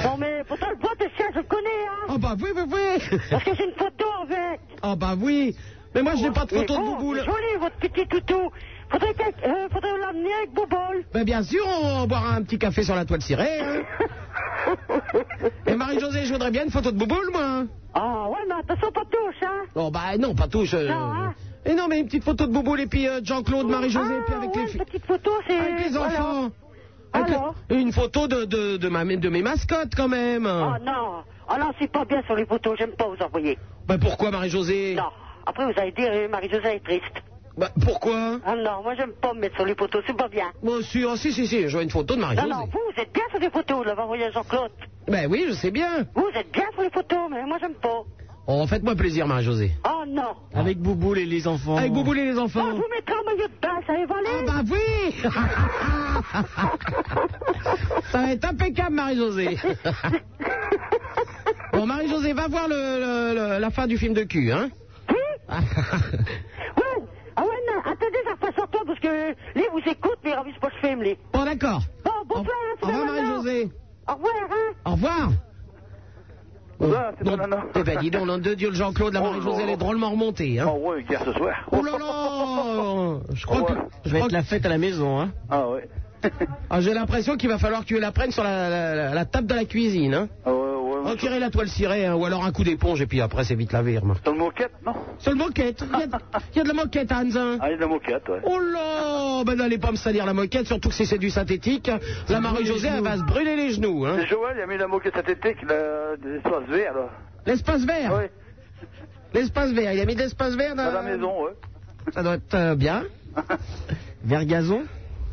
J: Non, mais pourtant, le votre chien, je le connais, hein.
A: Oh bah oui, oui, oui
J: Parce que j'ai une photo avec.
A: Oh bah oui Mais moi, je n'ai pas de
J: Mais
A: photo de
J: bon,
A: Bouboule.
J: oh, c'est Joli, votre petit toutou. Faudrait, qu'elle- euh, faudrait l'amener avec Bouboule.
A: Mais bien sûr, on va boire un petit café sur la toile cirée, hein Et Marie-Josée, je voudrais bien une photo de Bouboule, moi hein.
J: Ah, ouais, mais attention, pas touche, hein.
A: Oh bah non, pas touche euh,
J: Non, hein
A: Et non, mais une petite photo de Bouboule et puis euh, Jean-Claude, Marie-Josée,
J: ah,
A: puis avec
J: ouais,
A: les filles.
J: une petite photo, c'est...
A: Avec les
J: voilà.
A: enfants. Avec le-
J: Alors
A: Une photo de, de, de, ma, de mes mascottes quand même.
J: Ah non, ah non, c'est pas bien sur les photos, j'aime pas vous envoyer.
A: Bah pourquoi Marie-Josée
J: Non, après vous allez dire, euh, Marie-Josée est triste.
A: Bah pourquoi
J: Ah non, moi j'aime pas me mettre sur les photos, c'est pas bien.
A: Moi si, oh, si, si, si, je vois une photo de
J: Non,
A: Marie-Josée.
J: non, vous, vous êtes bien sur les photos, là, envoyé à Jean-Claude.
A: Bah oui, je sais bien.
J: Vous êtes bien sur les photos, mais moi j'aime pas.
A: Oh, faites-moi plaisir, Marie-Josée.
J: Oh non
K: Avec Bouboule et les enfants.
A: Avec Bouboule et les enfants.
J: Oh, vous mettez en maillot de bain, ça allez voler
A: Ah bah oui Ça va être impeccable, Marie-Josée. bon, Marie-Josée, va voir le, le- le- la fin du film de cul, hein
J: Ouais Ah ouais, non, attendez, ça repasse sur toi, parce que les vous écoutent, mais ils ravissent pas le film, les.
A: Bon, d'accord.
J: Bon, bon plan, hein,
A: Au
J: tout
A: revoir,
J: à l'heure.
A: Marie-Josée.
J: Au revoir, hein
A: Au revoir.
B: Voilà, c'est
A: Donc-
B: mon nana.
A: Eh ben, dis donc, nom de Dieu, le Jean-Claude, la
B: Oh,
A: Marie-Josée,
B: non.
A: elle est drôlement remontée, hein
B: Oh ouais, hier ce soir.
A: Oh là là Je crois que...
K: Je vais être la fête à la maison, hein.
B: Ah ouais.
A: Ah, J'ai l'impression qu'il va falloir que tu la prennes sur la, la- la- la table de la cuisine, hein
B: Ah ouais, ouais. ouais.
A: Retirer la toile cirée, hein, ou alors un coup d'éponge, et puis après, c'est vite lavé, remarque.
B: Dans le moquette, non
A: Sur le moquette Il y, a- il y a de la moquette, Hans hein
B: Ah, il y a de la moquette, ouais.
A: Oh là Ben n'allez pas me salir la moquette, surtout que si c'est du synthétique, la Marie-Josée, elle va se brûler les genoux, hein
B: C'est Joël, il a mis la moquette synthétique, la- de l'espace vert, là.
A: L'espace vert
B: Ouais,
A: L'espace vert, il y a mis de l'espace vert dans
B: à la maison, ouais.
A: Ça doit être euh, bien. Vergazon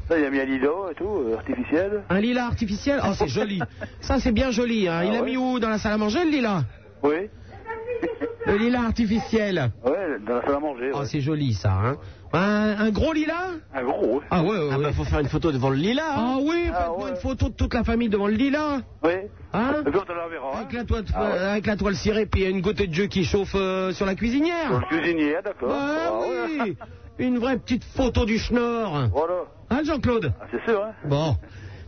B: Là, il a mis un lido et tout, euh, artificiel.
A: Un lilas artificiel Oh, c'est joli. Ça, c'est bien joli. Hein. Il
B: Ah
A: a
B: ouais
A: mis où Dans la salle à manger, le lilas
B: Oui,
A: Le lilas artificiel.
B: ouais, dans la salle à manger.
A: Oh,
B: ouais.
A: c'est joli, ça. Hein. Un, un gros lilas
B: Un gros, ouais.
A: Ah ouais, ouais.
K: Ah bah, faut faire une photo devant le lilas, hein.
A: Ah oui,
B: Ah
A: faites-moi
B: ouais.
A: une photo de toute la famille devant le lilas.
B: Oui.
A: Hein
B: Et puis on te la verra. hein.
A: avec la, toile,
B: Ah ouais.
A: avec la toile cirée, puis il y a une goutte de jeu qui chauffe euh, sur la
B: Pour
A: cuisinière.
B: le cuisinier, ah, d'accord.
A: Ah
B: ouais.
A: oui Une vraie petite photo du schnorr.
B: Voilà,
A: Hein, Jean-Claude
B: Ah, c'est sûr, hein.
A: Bon.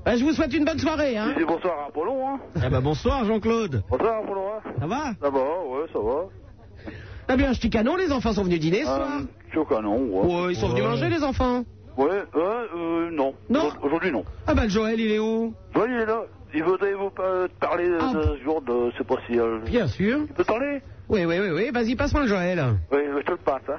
A: Ben, je vous souhaite une bonne soirée, hein.
B: Je dis bonsoir à Apollon, hein.
A: Ah bah, bonsoir, Jean-Claude.
B: Bonsoir Apollon, hein.
A: Ça va
B: Ça va, ouais, ça va.
A: T'as bien un petit canon, les enfants sont venus dîner ce
K: Ah.
A: soir
B: Euh, chaud canon, ouais.
A: Ouais, ils sont venus manger, les enfants.
B: Ouais, euh, euh, non.
A: Non.
B: Aujourd- Aujourd'hui, non.
A: Ah bah, le Joël, il est où
B: Joël, il est là. Il voudrait vous pa- te parler euh,
A: Ah.
B: de ce jour de... C'est pas si... euh,
A: Bien sûr.
B: Tu peux parler
A: Oui, oui, oui, oui. Vas-y, passe-moi le Joël.
B: Oui, je te le passe, hein.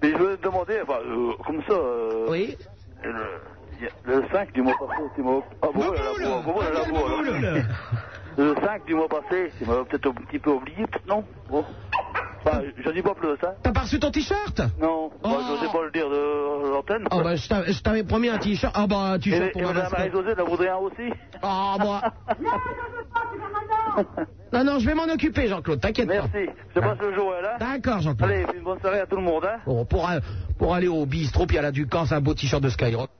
B: Mais je veux te demander, enfin, euh, comme ça... euh,
A: Oui.
B: Le, y a- le 5 du mois passé, tu m'as... Ah, bon,
A: Boboule
B: là, bon, bon, là,
A: Joël
B: bon, là.
A: Boboule
B: Le 5 du mois passé, tu m'as peut-être un petit peu oublié, peut-être, non Bon. Enfin, je dis pas plus, hein.
A: T'as pas reçu ton t-shirt
B: Non, bah,
A: Oh.
B: je sais pas le dire de l'antenne.
A: Ah bah, je t'avais- je t'avais promis un t-shirt. Ah bah, un
B: et,
A: t-shirt
B: et
A: pour ma
B: madame
A: mascotte.
B: Marie-Josée, la voudrait un aussi
A: Ah bah... Non, non, je vais m'en occuper, Jean-Claude, t'inquiète pas.
B: Merci. Je passe le jour, là.
A: Ah. D'accord, Jean-Claude.
B: Allez, une bonne soirée à tout le monde, hein.
A: Bon, pour, euh, pour aller au bistrot, puis à la Ducasse, un beau t-shirt de Skyrock.